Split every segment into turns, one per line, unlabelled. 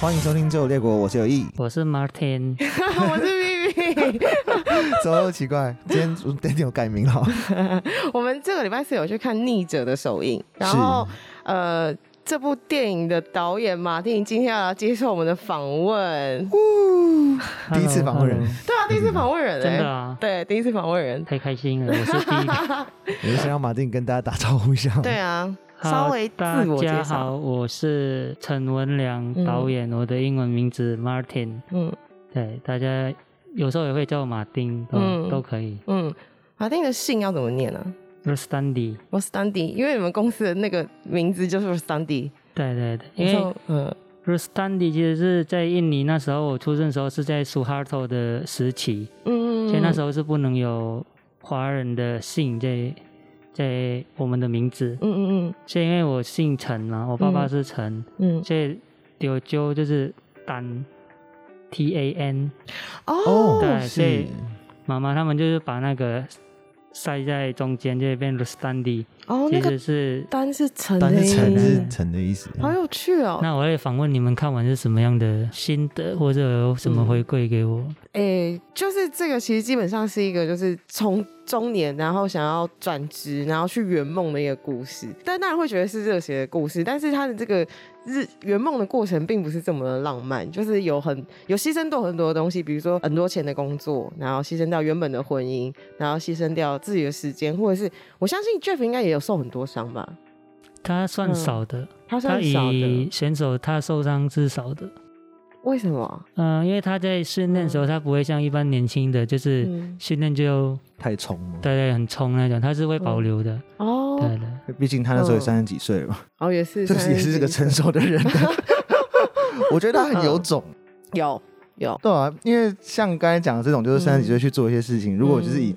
欢迎收听《旧列国》，我是有意。
我是 Martin，
我是 B B。
怎么那么奇怪？今天 Danny 有改名了，
我们这个礼拜四有去看《逆者》的首映，然后呃，这部电影的导演马丁今天要来接受我们的访问。
第一次访问人
Hello，Hello，
对啊，第一次访问人、欸，
真的啊
对，第一次访问人，
太开心了，我是第一个。
我就先让马丁跟大家打招呼一下。
对啊， 稍微自
大
我介
家
绍，
好，我是陈文良导演，我的英文名字 Martin，
嗯
对，大家有时候也会叫我马丁，都、
嗯
都可以。
嗯。马丁的姓要怎么念呢、
r o s t a n d y
r o s t a n d i 因为你们公司的那个名字就是 r o s t a n d i
对对对，因为
呃，
r o s t a n d y 其实是在印尼，那时候我出生的时候是在苏哈托的时期，
嗯，
所以那时候是不能有华人的姓在在我们的名字，
嗯嗯
是因为我姓陈嘛，我爸爸是陈。
嗯嗯，
所以柳州就是单 T A N，
哦，
对所
是
以妈妈他们就是把那个塞在中间，就变成 standy，
哦，那
其
个
实是。
单是陈的
但
意
是
思，
陈是陈的意思。
好有趣哦。
那我也访问你们看完是什么样的心得，或者有什么回馈给
嗯
我？
诶、哎就是这个，其实基本上是一个，就是从中年，然后想要转职，然后去圆梦的一个故事。但当然会觉得是热血的故事，但是他的这个日圆梦的过程并不是这么的浪漫，就是有很有牺牲掉很多的东西，比如说很多钱的工作，然后牺牲掉原本的婚姻，然后牺牲掉自己的时间，或者是我相信 Jeff 应该也有受很多伤吧，
他算少的，
嗯他
他
算少
以
的，
选手他受伤是少的。
为什么？啊
嗯、因为他在训练的时候，他不会像一般年轻的，就是
嗯，
训练就
太冲了，
对对很冲那种，他是会保留的。
哦，
对的，
毕竟他那时候也
嗯
三十几岁了嘛，
哦，也是，
这也是个成熟的 人。我觉得他很有种，
有有，
对啊，因为像刚才讲的这种，就是三十几岁去做一些事情，如果
嗯
就是以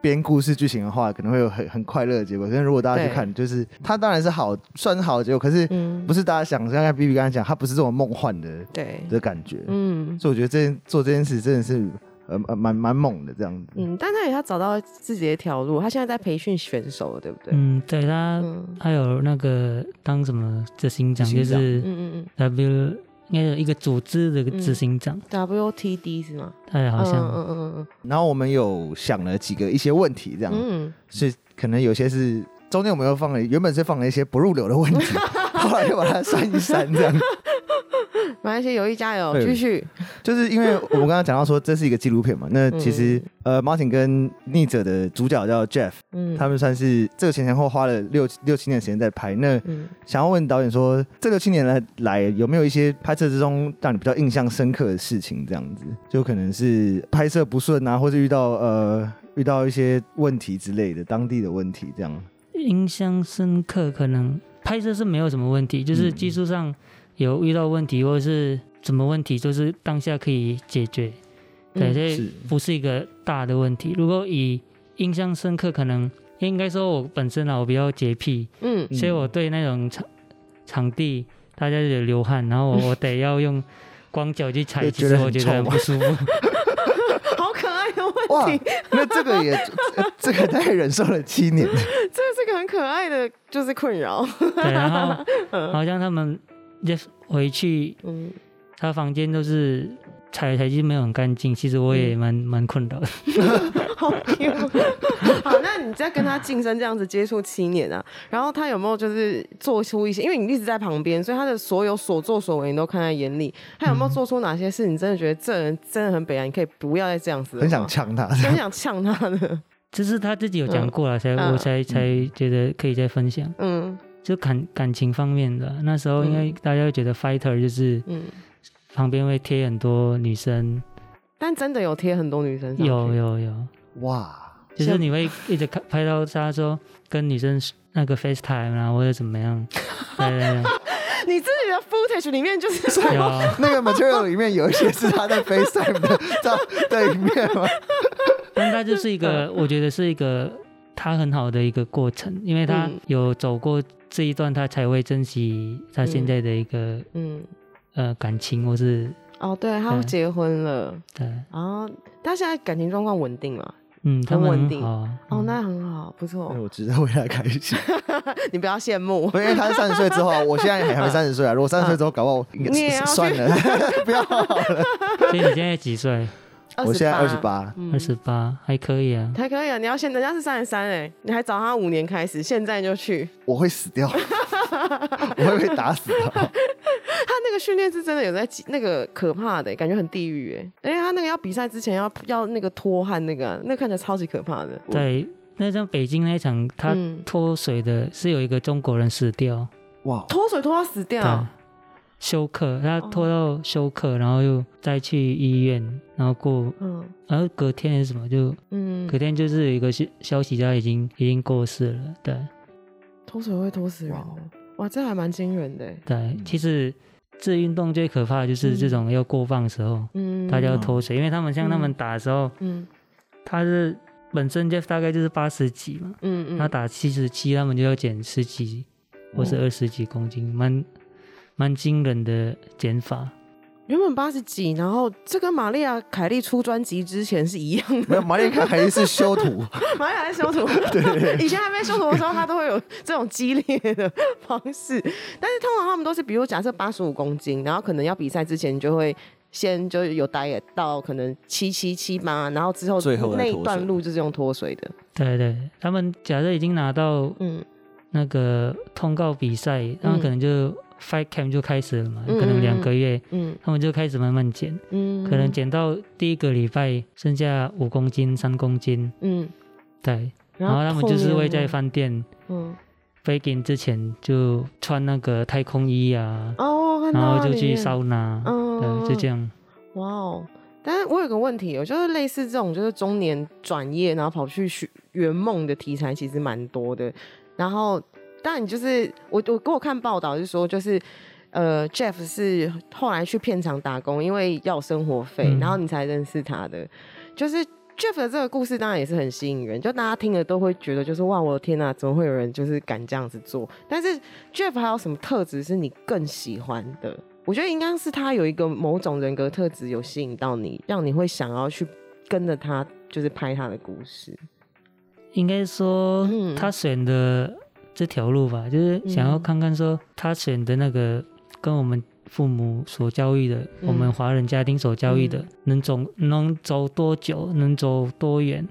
编故事剧情的话，可能会有很很快乐的结果。但是如果大家去
对
看，就是它当然是好，算是好的结果，可是
嗯
不是大家想象。像 B B 刚才讲，它不是这种梦幻的
对，
的感觉。
嗯
所以我觉得这件做这件事真的是呃呃蛮蛮猛的这样子。
嗯，但他也要找到自己的一条路。他现在在培训选手了，对不对？
嗯，对他
嗯
还有那个当什么执行长，
执行
就
长
是
嗯嗯嗯
W 应该有一个组织的执行
嗯
长，
，WTD 是吗？
他也好像
嗯嗯
然后我们有想了几个一些问题，这
嗯
样、
嗯
是可能有些是中间我们又放了，原本是放了一些不入流的问 题，后来又把它删一删，这样
嗯，马来西亚友谊加油，
对
继续。
就是因为我们刚刚讲到说这是一个纪录片嘛，
嗯
那其实、呃，Martin 跟逆者的主角叫 Jeff，
嗯，
他们算是这个前前后后花了六六七年时间在拍。那
嗯
想要问导演说，这六七年来来有没有一些拍摄之中让你比较印象深刻的事情？这样子，就可能是拍摄不顺啊，或是遇到呃遇到一些问题之类的，当地的问题这样。
印象深刻。可能拍摄是没有什么问题，就是
嗯
技术上有遇到问题或者是什么问题，就是当下可以解决。对，
嗯
所
是
以不是一个大的问题。如果以印象深刻，可能应该说我本身啊，我比较洁癖，
嗯
所以我对那种场场地大家有流汗，然后我我得要用光脚去踩，
就
其
觉
实
得
我
很
觉
臭
得很
吗
不舒服。
好可爱哦的
哇
问题，，
那这个也、 呃这个大概忍受了七年，
这个是个很可爱的，就是困扰。
对，然后好像他们 Jeff 回去，
嗯，
他房间都是踩来踩去没有很干净，其实我也蛮蛮困扰的。
好 Q。好，那你在跟他晋升这样子接触七年啊，然后他有没有就是做出一些，因为你一直在旁边，所以他的所有所作所为你都看在眼里。他有没有做出哪些事？你真的觉得这人真的很北岸，你可以不要再这样子了吗。
很想呛他。
很想呛他的。
就是他自己有讲
嗯
过了，才
嗯
我才才觉得可以再分享。
嗯
就感感情方面的，那时候应该大家会觉得 fighter 就是
嗯，
旁边会贴很多女生，
但真的有贴很多女生上去
有有有，
哇，
就是你会一直看拍到他说跟女生那个 FaceTime 啊，或者怎么 样，对对
你自己的 footage 里面就是
对，
说，
有。
那个 material 里面有一些是他在 FaceTime 的照的影片吗？
但它就是一
嗯
个，我觉得是一个他很好的一个过程，因为他
嗯
有走过这一段，他才会珍惜他现在的一个、
嗯，
呃感情，或是
哦，对，他
对
结婚了
对，
啊，他现在感情状况稳定嘛？
嗯，他们
很稳
很
定
好啊。
哦，
嗯
那很好，不错
哎那。我值得为他开心。
你不要羡慕
不，因为他三十岁之后啊，我现在还没三十岁啊。如果三十岁之后搞不好
你也要去
算了， 不要好了。
所以你现在几 岁？
我现在二十
28，
八，
二十八，还可以啊。
还可以啊。你要现人家是三十三哎，你还早他五年开始，现在就去。
我会死掉， 我会被打死的。
他那个训练是真的有在记那个可怕的欸，感觉很地狱哎。而且他那个要比赛之前要要那个脱汗那个啊，那看起来超级可怕的。
对，那像北京那一场，他
嗯
脱水的是有一个中国人死掉，
哇，
脱水脱到死掉
对，，休克，他拖到休克，然后又再去医院，然后过，
嗯
然后隔天还是什么，就
嗯
隔，天就是有一个消消息，他已经已经过世了。对
脱水会脱死人
哇哦
的，哇，这还蛮惊人的欸。
对，其实这运动最可怕的就是这种要过磅的时候，
嗯，
大家要脱水，因为他们像他们
嗯
打的时候，
嗯
他是本身就大概就是八十几嘛，
嗯哦嗯，
他打七十七，他们就要减十几或是二十几公斤，蛮蛮惊人的减法。
原本八十几，然后这跟玛利亚凯莉出专辑之前是一样的。
没有马里卡还是修图，
玛利亚在 修图，以前还没修图的时候，她都会有这种激烈的方式。但是通常他们都是，比如假设八十五公斤，然后可能要比赛之前就会先就有 diet 到可能七七七八，然后之后
最后再
那
脱
一段
水
路就是用脱水的。
对对，他们假设已经拿到
嗯
那个通告比赛，他们可能就 fight camp 就开始了嘛，
嗯
可能两个月，
嗯
他们就开始慢慢减，
嗯，
可能减到第一个礼拜剩下五公斤、三公斤，
嗯，
对，然后他们就是会在饭店
嗯
breaking 之前就穿那个太空衣啊，
哦，看到
然后就
里
去
面
桑拿，
嗯
对，就这样。
哇哦！但是我有个问题哦，就是类似这种就是中年转业，然后跑去学圆梦的题材，其实蛮多的。然后，但你就是我我给我看报道是说，就是呃，Jeff 是后来去片场打工，因为要生活费，
嗯
然后你才认识他的。就是 Jeff 的这个故事当然也是很吸引人，就大家听了都会觉得就是哇，我的天呐、怎么会有人就是敢这样子做？但是 Jeff 还有什么特质是你更喜欢的？我觉得应该是他有一个某种人格特质有吸引到你，让你会想要去跟着他，就是拍他的故事。
应该说
嗯
他选的这条路吧，就是想要看看说他选的那个跟我们父母所教育的，
嗯
我们华人家庭所教育的，
嗯
能走能走多久，能走多远，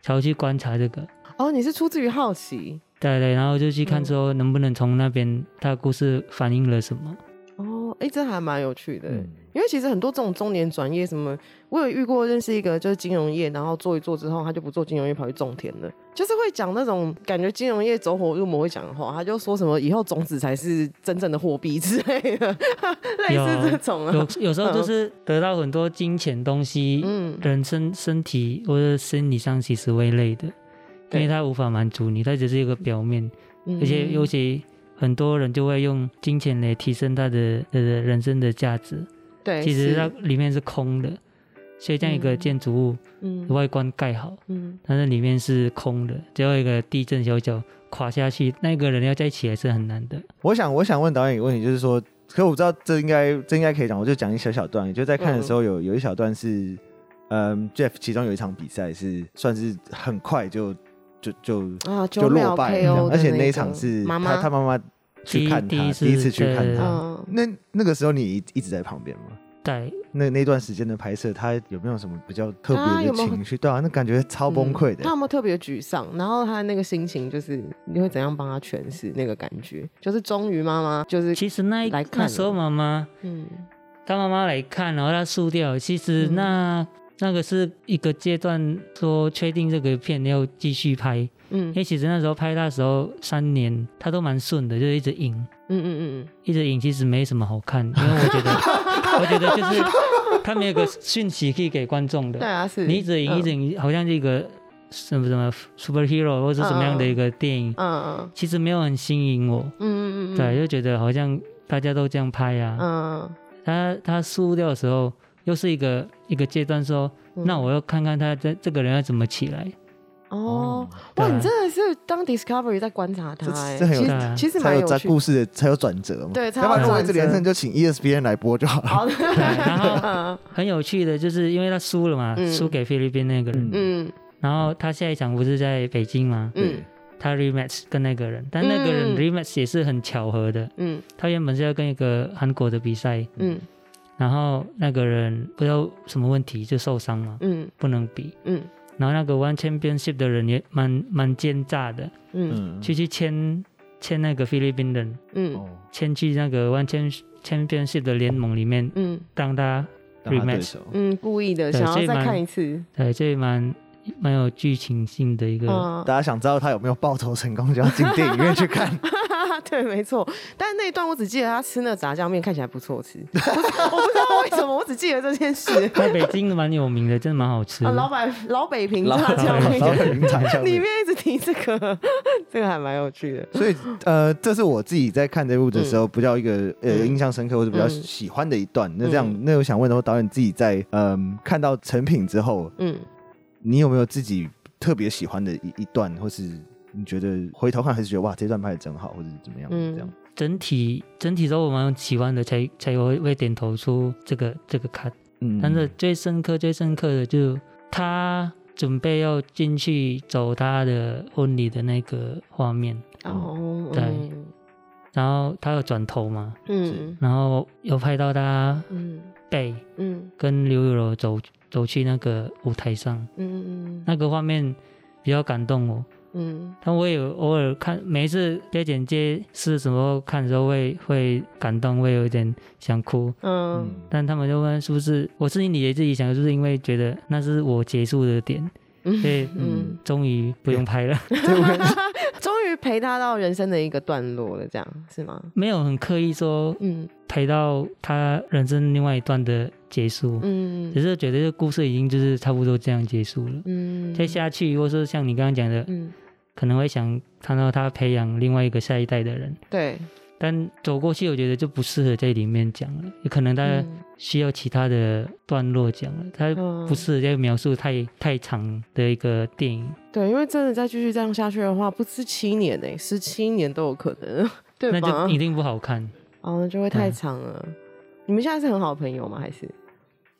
才会去观察这个。
哦，你是出自于好奇
对对，然后就去看说
嗯
能不能从那边他的故事反映了什 么。
哦，哎，这还蛮有趣的。
嗯
因为其实很多这种中年转业，什么我有遇过认识一个就是金融业，然后做一做之后，他就不做金融业，跑去种田了，就是会讲那种感觉金融业走火入魔会讲的话，他就说什么以后种子才是真正的货币之类的， 类似这种啊
有，有时候就是得到很多金钱东西，
嗯
人身身体或者心理上其实会累的，因
对
为它无法满足你，它只是一个表面，而
嗯
且尤其很多人就会用金钱来提升他的的的人生的价值，
对，
其实
哎是
它里面是空的，所以这样一个
嗯
建筑物
嗯
外观盖好，
嗯
但是里面是空的，只要一个地震小脚垮下去，那个人要再起来是很难的。
我想，我想问导演一个问题，就是说，可我知道这应该这应该可以讲，我就讲一小小段，就在看的
嗯
时候有、有一小段是，嗯，Jeff 其中有一场比赛是算是很快就就就
啊，
就
九
落
秒
败了这
KO，
样，
的
而且
个
一场是
妈
他
妈
他妈妈去看
第一
他，
次
第一次去看
对
他。
嗯
那那个时候你一直在旁边吗？
对，
那那段时间的拍摄，他有没有什么比较特
他
别
有
的
没有
情绪？对啊，那感觉超崩溃的。
嗯他有没有特别沮丧？然后他那个心情就是，你会怎样帮他诠释那个感觉？就是终于妈妈就是
其实那一
来看
那时候
了
妈妈
嗯
他妈妈来看，然后他输掉。其实
嗯
那、那个是一个阶段，说确定这个片要继续拍，因
嗯
为其实那时候拍那时候三年，他都蛮顺的，就一直赢，
嗯嗯嗯
一直赢，其实没什么好看，因为我 觉得，我觉得就是他没有个讯息可以给观众
嗯，对
的，
啊，是
你一直赢，一直赢，好像这个什么什么 superhero 或者什么样的一个电影，
嗯
其实没有很吸引我，
嗯嗯嗯，
对，就觉得好像大家都这样拍呀、
嗯，
他他输掉的时候，又是一个一个阶段说，
嗯
那我要看看他这这个人要怎么起 来。
哦，哇，你真的是当 Discovery 在观察他，哎，
啊
其实
才
蛮
有在
有趣
故。事的才有转折嘛。
对才有
要不然如果一
转
直
折
连胜，就请 ESPN 来播就好了。
好的，
对然后
嗯
很有趣的就是，因为他输了嘛，
嗯
输给菲律宾那个人，
嗯
然后他下一场不是在北京吗？
嗯
他 rematch 跟那个人，但那个人
嗯
rematch 也是很巧合的，
嗯
他原本是要跟一个韩国的比赛，
嗯
然后那个人不知道什么问题就受伤嘛，
嗯
不能比。
嗯
然后那个 One Championship 的人也蛮蛮奸诈的，
嗯
嗯，
去去签签那个菲律宾人，
嗯
哦，
签去那个 One Champ- Championship 的联盟里面，
嗯
让他
当他对
Rematch
手，
嗯，故意的，
对
想
所
要
以
再
蛮
看一次。
对，这蛮蛮有剧情性的一个，
嗯，
大家想知道他有没有报仇成功，就要进电影院去看。
对，没错。但那一段我只记得他吃那炸酱面看起来不错吃， 不是我不知道为什么，我只记得这件事。
在北京蛮有名的，真的蛮好吃
啊，
的。
老板老北平
老
炸酱
老
面，
人长相
里面一直提这个， 这个还蛮有趣的。
所以呃，这是我自己在看这部的时候比较一个呃
嗯
印象深刻或者比较
嗯
喜欢的一段。那这样，那我想问的话，导演自己在嗯看到成品之后，
嗯，
你有没有自己特别喜欢的一一段，或是你觉得回头看还是觉得哇这段拍的真好，或者是怎么样？
嗯
这样
整体整体都我蛮喜欢的，才才会会点头出这个这个卡。
嗯
但是最深刻最深刻的就他准备要进去走他的婚礼的那个画面，
哦，
对
嗯
然后他要转头嘛，
嗯
然后有拍到他
嗯
背
嗯
跟刘雨柔走走去那个舞台上，
嗯
那个画面比较感动我。
嗯
但我也有偶尔看，每一次被剪接是什么看的时候会会感动，会有一点想哭。
嗯
但他们就问是不是我是你自己想的，就是因为觉得那是我结束的点，所以
嗯，
终于不用拍了，
这部片
终于陪他到人生的一个段落了，这样是吗？
没有很刻意说
嗯
陪到他人生另外一段的结束，只
嗯
是觉得这个故事已经就是差不多这样结束了。
嗯，
再下去，或是像你刚刚讲的，
嗯
可能会想看到他培养另外一个下一代的人，
对，
但走过去，我觉得就不适合在里面讲了，也可能大家
嗯
需要其他的段落讲了，他
嗯
不适合在描述太太长的一个电影。
对，因为真的再继续这样下去的话，不止七年呢、十七年都有可能， 对
那
吧
就？一定不好看。
哦，那就会太
嗯
长了。你们现在是很好的朋友吗？还是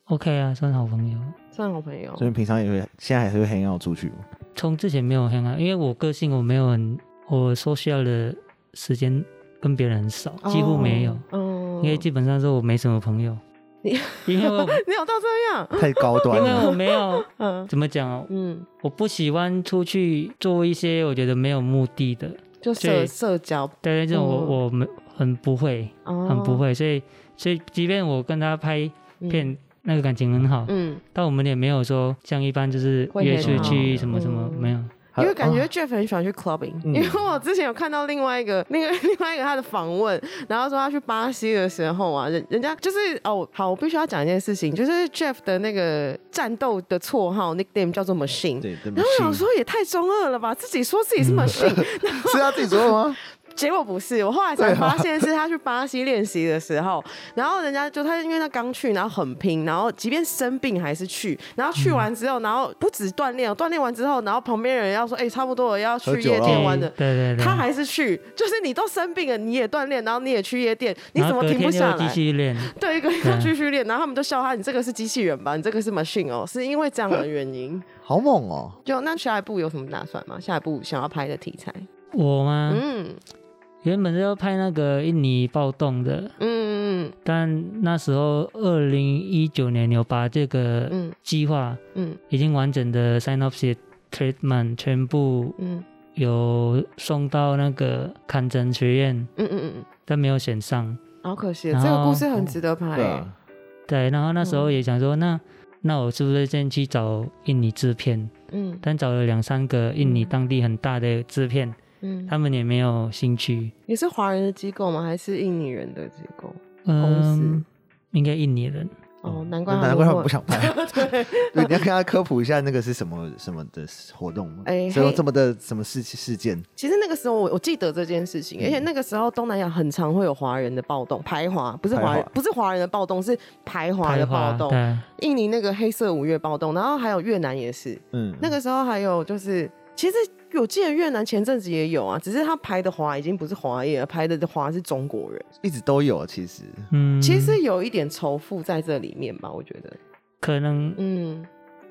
OK 啊，算好朋友。
算好朋 友？
所以平常也会，现在还是会 hang out 出去吗。
从之前没有 hang out，因为我个性我没有很，我 social 的时间跟别人很少，几乎没有，
哦，
因为基本上说我没什么朋友
你，
因为 我
你有到这样，
太高端
因为我
了，
没有
嗯
怎么讲哦，
嗯，
我不喜欢出去做一些我觉得没有目的的，
就社
对
社交，
对这种我、
嗯
我没很不会，
哦
很不会，所以所以即便我跟他拍片，，那个感情很好，
嗯，
但我们也没有说像一般就是
会
约
很
出
好
去什么什么、
嗯
没有。
嗯因为感
还
觉
哦
Jeff 很喜欢去 clubbing，、
嗯
因为我之前有看到另外一个那个另外一个他的访问，然后说他去巴西的时候啊，人人家就是哦，好，我必须要讲一件事情，就是 Jeff 的那个战斗的绰号 nickname 叫做 machine，
对，对不
然后我想
起
说也太中二了吧，自己说自己是 machine，
是啊他自己做的吗？
结果不是，我后来才发现是他去巴西练习的时候，然后人家就他因为他刚去，然后很拼，然后即便生病还是去，然后去完之后，然后不止锻炼，哦锻炼完之后，然后旁边人要说，哎、差不多了，要去
喝酒
夜
了
店玩的。
哦对对对，
他还是去，就是你都生病了，你也锻炼，然后你也去夜店，你
然
怎
后
么
隔
停不
天
下
又继
来？
续嗯练，
对，一个要
对
继续练，然后他们就笑他，你这个是机器人吧，你这个是 machine 哦，是因为这样的原
嗯
因。
好猛哦！
就那下一步有什么打算吗？下一步想要拍的题材？
我吗？
嗯
原本是要拍那个印尼暴动的，
嗯
但那时候二零一九年有把这个
嗯
计划
嗯
已经完整的 synopsis treatment 全部
嗯
有送到那个坎城学院，
嗯嗯嗯嗯。
但没有选上。
好可惜，这
然后
个故事很值得拍
对
欸。
啊，
对，然后那时候也想
嗯
说，那那我是不是先去找印尼制片？
嗯
但找了两三个印尼当地很大的制片，
嗯，
他们也没有兴趣。
你是华人的机构吗？还是印尼人的机构？公司
嗯，应该印尼人。
哦，难怪
嗯难怪他们不
想。
想拍。对，你要跟他科普一下那个是什么什么的活动吗？
哎
所以
嘿
这么的什么事事件？
其实那个时候我我记得这件事
嗯
情，而且那个时候东南亚很常会有华人的暴动，排华不是华
排
人
华
不是华人的暴动，是排华的
排华
暴动。
对，
印尼那个黑色五月暴动，然后还有越南也是，
嗯，
那个时候还有就是，其实我记得越南前阵子也有啊，只是他排的华已经不是华裔了，排的华是中国人。
一直都有，其实
嗯，
其实有一点仇富在这里面吧，我觉得。
可能
嗯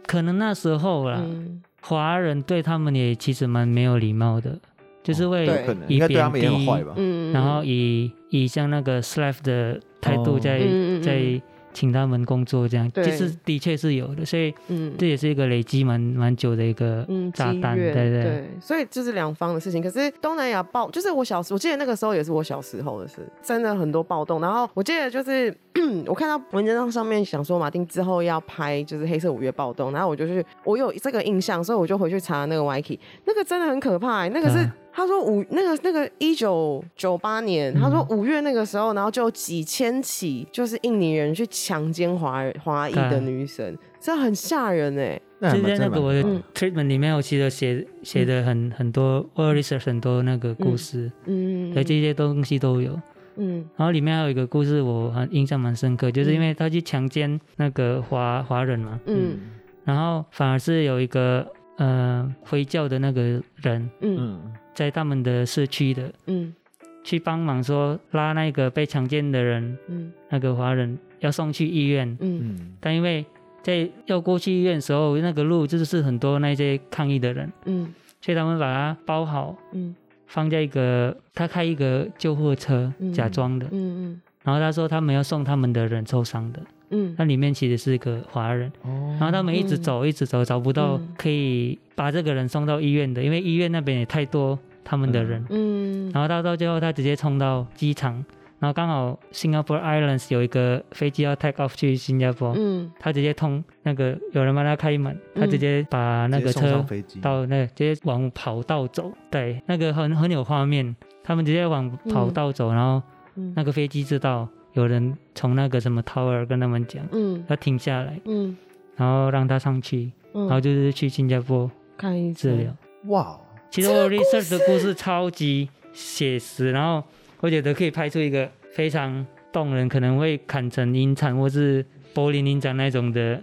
可能那时候啦，
嗯
华人对他们也其实蛮没有礼貌的，就是会
对
有可能
以
应该对他们
贬
也很
低
坏吧？
啊
嗯，
然后以以像那个 slave 的态度
哦
在、
嗯嗯嗯
在请他们工作这样，
对
其实的确是有的，所以
嗯
这也是一个累积蛮蛮久的一个
嗯，
炸
积
弹，
怨
对对
所以就是两方的事情。可是东南亚暴，就是我小时，我记得那个时候也是我小时候的事，真的很多暴动。然后我记得就是 我看到文章上面想说马丁之后要拍就是黑色五月暴动，然后我就去，我有这个印象，所以我就回去查那个 Wiki，那个真的很可怕、欸，那个是。
对
他说五那个那个一九九八年，他说五月那个时候，然后就有几千起就是印尼人去强奸华人华裔的
对
女生，这很吓人哎、
那还
就
蛮
在那个我的
真的
嗯
蛮
treatment 里面，我其实写写的很很多，我有 research 很多那个故事，
嗯
而这些东西都有。
嗯
然后里面还有一个故事，我很印象蛮深刻，就是因为他去强奸那个华华人嘛，
嗯
然后反而是有一个呃回教的那个人
嗯
嗯
在他们的社区的
嗯
去帮忙说拉那个被强奸的人，
嗯
那个华人要送去医院，
嗯
嗯
但因为在要过去医院的时候，那个路就是很多那些抗议的人，
嗯
所以他们把它包好，
嗯
放在一个他开一个救护车
嗯
假装的，
嗯
然后他说他们要送他们的人受伤的，
嗯
那里面其实是一个华人，
哦
然后他们一直走一直走，找不到
嗯
可以把这个人送到医院的，因为医院那边也太多他们的人，
嗯
然后到到最后他直接冲到机场，然后刚好 Singapore Islands 有一个飞机要 take off 去新加坡，
嗯
他直接通那个有人帮他开门，他直接把那
直接
个
送
车
上飞机
到
嗯
那个直接往跑道走，对，那个很很有画面，他们直接往跑道走，然后
嗯
那个飞机知道有人从那个什么 tower 跟他们讲，
嗯
他停下来，
嗯
然后让他上去，
嗯，
然后就是去新加坡
看医
治疗
生，。哦
哇，
其实我 research 的嗯故事超级写实，然后我觉得可以拍出一个非常动人，可能会砍成影展或是柏林影展那种的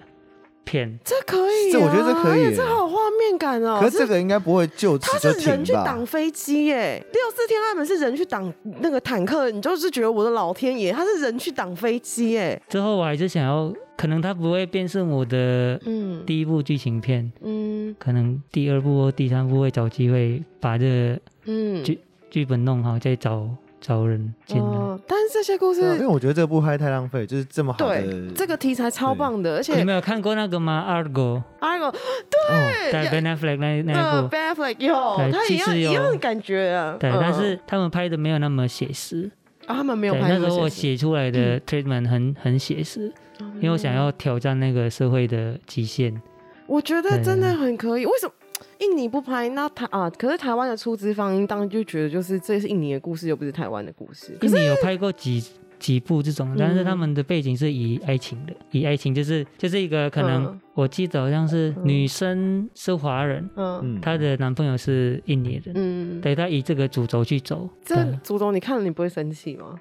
片。
这可以，
这我觉得这可以
哎这好有画面感哦。
可是这个应该不会就此
他
就是
人
停
去
吧
挡？飞机耶，六四天安门是人去挡那个坦克，你就是觉得我的老天爷，他是人去挡飞机耶，
之后我还是想要，可能它不会变成我的
嗯
第一部剧情片，
嗯
可能第二部或第三部会找机会把这个
嗯，
剧本弄好，再找找人进来。
哦，但是这些故
对啊因
事
为我觉得这部拍太浪费，就是这么好
对
的
这个题材超棒的，而
你
且
们有看过那个吗？Argo，
阿狗
哦
对 Ben Affleck 那那
那
一部，
嗯 Ben Affleck 有，
对
他一
其
样
实有
一样的感觉啊。
对，
嗯
但是他们拍的没有那么写实。
啊，他们没有
对，
拍
那
么
时候我
写嗯
写出来的 treatment 很很写实，
实，因
因为我想，要挑战那个社会的极限。
嗯我觉得
对
真的很可以。为什么印尼不拍？那台啊，可是台湾的出资方应当就觉得，就是这是印尼的故事，又不是台湾的故事。可
印
是，嗯
尼有拍过几几部这种，但是他们的背景是以爱情的，以爱情就是就是一个可能
嗯，
我记得好像是
嗯
女生是华人，
嗯
嗯，
她的男朋友是印尼人，
嗯，
对，她以这个主轴去走。
这
对，
祖宗，你看了你不会生气吗？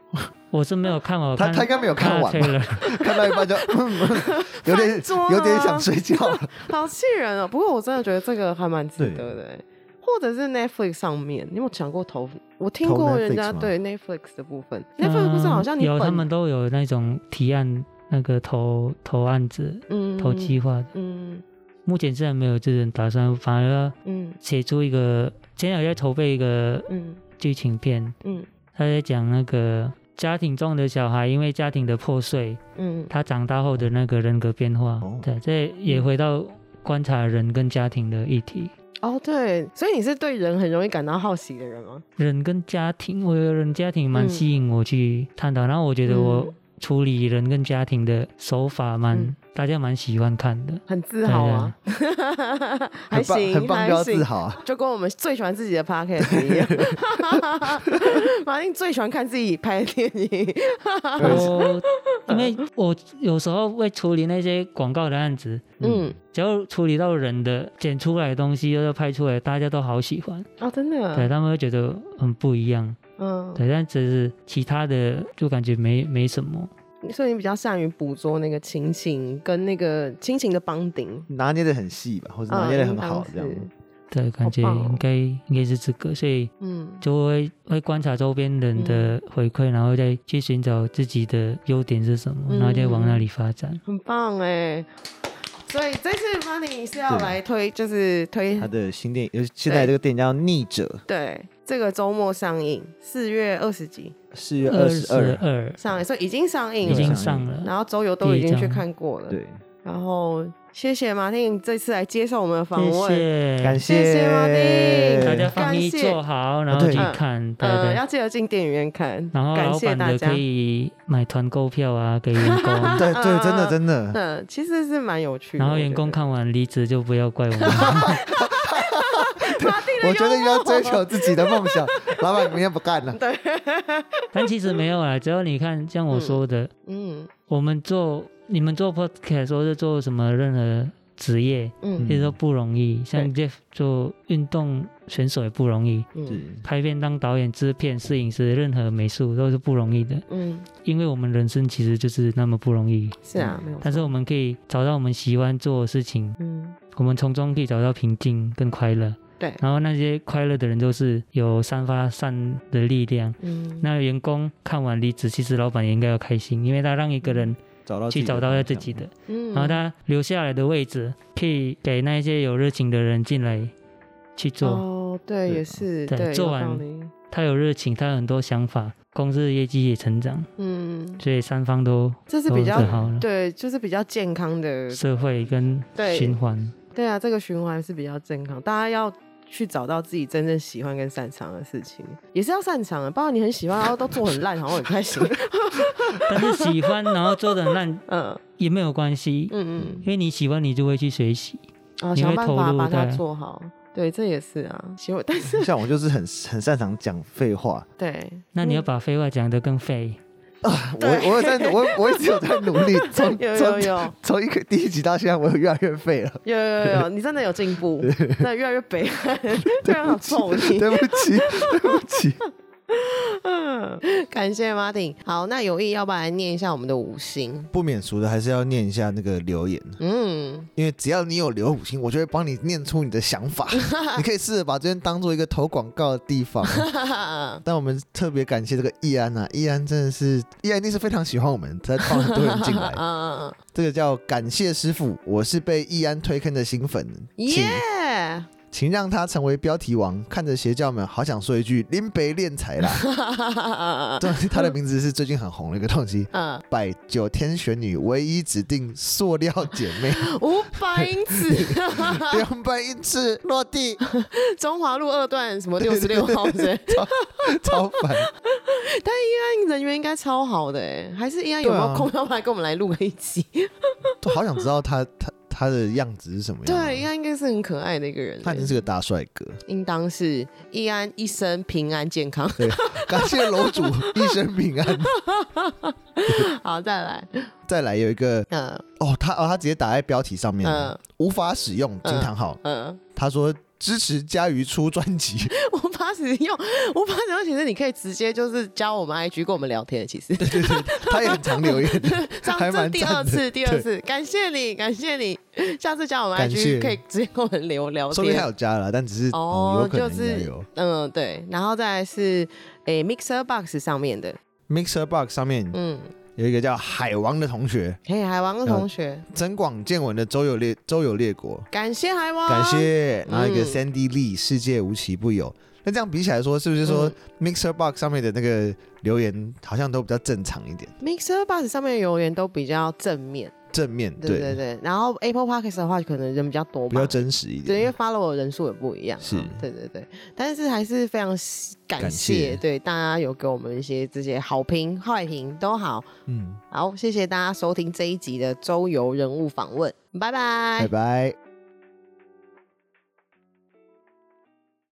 我是没有看完，我
呃他
看
他应该没有看完吧，
了，
看到一半就嗯有点
饭桌啊
有点想睡觉了。
好气人哦！不过我真的觉得这个还蛮值得的欸，或者是 Netflix 上面，你有没有想过投？我听
投
过人
Netflix
家
吗
对 Netflix 的部分，Netflix 不是好像你
嗯有他们
本
都有那种提案，那个投投案子、
嗯
投计划的，
嗯
目前是还没有这种打算，反而要
嗯
写出一个，前两天筹备一个
嗯
剧情片，
嗯
他在讲那个家庭中的小孩，因为家庭的破碎，
嗯
他长大后的那个人格变化。
哦
对，这也回到观察人跟家庭的议题，
哦，对，所以你是对人很容易感到好奇的人吗？
人跟家庭，我觉得人家庭蛮
嗯
吸引我去探讨，然后我觉得我
嗯
处理人跟家庭的手法蛮，
嗯
大家蛮喜欢看 的。
很自豪啊， 还
很棒，
行，
很棒，不要
还
自
行，
豪啊！
就跟我们最喜欢自己的 podcast 一样。 马丁最喜欢看自己拍的电影，
我 因为我有时候会处理那些广告的案子，
嗯，
只要处理到人的剪出来的东西，要拍出来，大家都好喜欢，
哦，真
对
的，
他们会觉得很不一样，
嗯，
对，但只是其他的就感觉没没什么，
所以你比较善于捕捉那个亲情跟那个亲情的绑定，
拿捏的很细吧，或者拿
嗯，
捏的
应
很
当
好，这样
是。
对，感觉
好棒哦
应该、应该是这个，所以
嗯
就会会观察周边人的回馈，然后再去寻找自己的优点是什么，
嗯
然后再往那里发展。
很棒哎、所以这次 Money 是要来推，就是推
他的新电影，就是现在这个电影叫《逆者
对这个周末上映，四月二十集》，
四月嗯二
二
十
十
二，
二
上映，所以已经上映
已经
了。
上了，
然后周游都已
第
经
一
去
张
看过了。
对，
然后谢谢马丁这次来接受我们的访
谢
问。
谢
感
谢谢马丁
大
谢
家防疫
感谢
做好，然后
对
去看，对
呃，
对。
要记得进电影院看，
然后
感
老
谢
板
大
的
家
可。以买团购票啊，给员工，
对对，真的真的，
嗯，其实是蛮有趣的。
然后
我觉
员工
得
看完离职就不要怪我 们。
我觉得你要追求自己的梦想，老板明天不干了。
但其实没有啊啦，只要你看，像我说的，
嗯
我们做你们做 podcast 或者做什么任何职业，
嗯
其实都不容易。像 Jeff 做运动选手也不容易，
嗯
是
拍片当导演、制片、摄影师，任何美术都是不容易的。
嗯，
因为我们人生其实就是那么不容易，
是啊，没有错。
但是我们可以找到我们喜欢做的事情，
嗯
我们从中可以找到平静跟快乐。
对
然后那些快乐的人都是有散发善的力量。
嗯，
那员工看完离职，其实老板也应该要开心，因为他让一个人
嗯找到
去找到他自己的，
嗯
然后他留下来的位置，可以给那些有热情的人进来去做。
哦，对，
对
也是
对
对，
做
有
完
道理
他有热情，他有很多想法，公司的业绩也成长，
嗯，
所以三方都
这是
都
比较
好了。
对，就是比较健康的，
社会跟
对
循环，
对啊，这个循环是比较健康，大家要。去找到自己真正喜欢跟擅长的事情，也是要擅长的。包括你很喜欢，然后都做很烂，好像很开心。
但是喜欢然后做的烂
嗯
也没有关系，
嗯嗯，
因为你喜欢，你就会去学习。
啊，
你
想
会
办
投
法
入
把它
对
做好。对，这也是啊，喜欢，但是
像我就是很很擅长讲废话，
对，
那你要把废话讲得更废。
我我有在我我一直有在努 力，从
有有
从
有
从一个第一集到现在，我有越来越废 了，
有有有有，你真的有进步，真的越来越北岸，非常想揍你。
对不 起对不起，
感谢 Martin。好，那有意要不要来念一下我们的五星？
不免俗的还是要念一下那个留言，
嗯，
因为只要你有留五星，我就会帮你念出你的想 法，你可以试着把这边当做一个投广告的地方。
哈哈，
但我们特别感谢这个易安啊，易安真的是，易安一定是非常喜欢我们，才放很多人进 来。
嗯，
这个叫感谢师傅，我是被易安推坑的新粉，请
耶，
请让他成为标题王。看着邪教们，好想说一句林北练财 啦。对，他的名字是最近很红的一个东西，
嗯，
百九天玄女唯一指定塑料姐 妹，
五百英 尺，
两百英尺落地，
中华路二段什么六十六 号是？
超烦。
但人缘应该超好的哎，还是应该有没
对
有
啊
空要不然跟我们来录个一 集？
都好想知道他他他的样子是什么样。
对，应，该应该是很可爱的一个人
啊他一定
嘞，
是个大帅哥。
应当是一安一生平安健康。
对，感谢楼主一生平安。
好，再来，
再来有一个
嗯
哦，他哦他直接打在标题上面，
嗯
无法使用惊叹号。
嗯。
他说支持佳瑜出专辑，
我八十用，我八十用，其实你可以直接就是加我们 IG 跟我们聊天，其实
他也很常留言，
上
还
这
蛮
第二
赞
次，
的。
第二次，感谢你，感谢你，下次加我们
感谢
IG 可以直接跟我们聊聊
说明他
天。
有加了，但只是嗯有
哦，
可
就
能应该
是
有。
嗯对，然后再来是诶 Mixer Box 上面的，
Mixer Box 上面
嗯，
有一个叫海王的同学，
嘿海王的同学，
增广见闻的周游列周游列国，
感谢海王，
感谢。然后一个
啊嗯
Sandy Lee，世界无奇不有。那这样比起来说，是不是
嗯
说 Mixer Box 上面的那个留言好像都比较正常一点，
Mixer Box 上面的留言都比较正面，
正面
对对对，然后 Apple Podcast 的话可能人比较多
比
吧，
较真实一
对，因
点。
为 follow 的人数也不一样啊、
是
对对对，但是还是非常感谢
感谢
对大家有给我们一些这些好评、坏评都好，
嗯，
好，谢谢大家收听这一集的周游人物访问，拜拜
拜拜。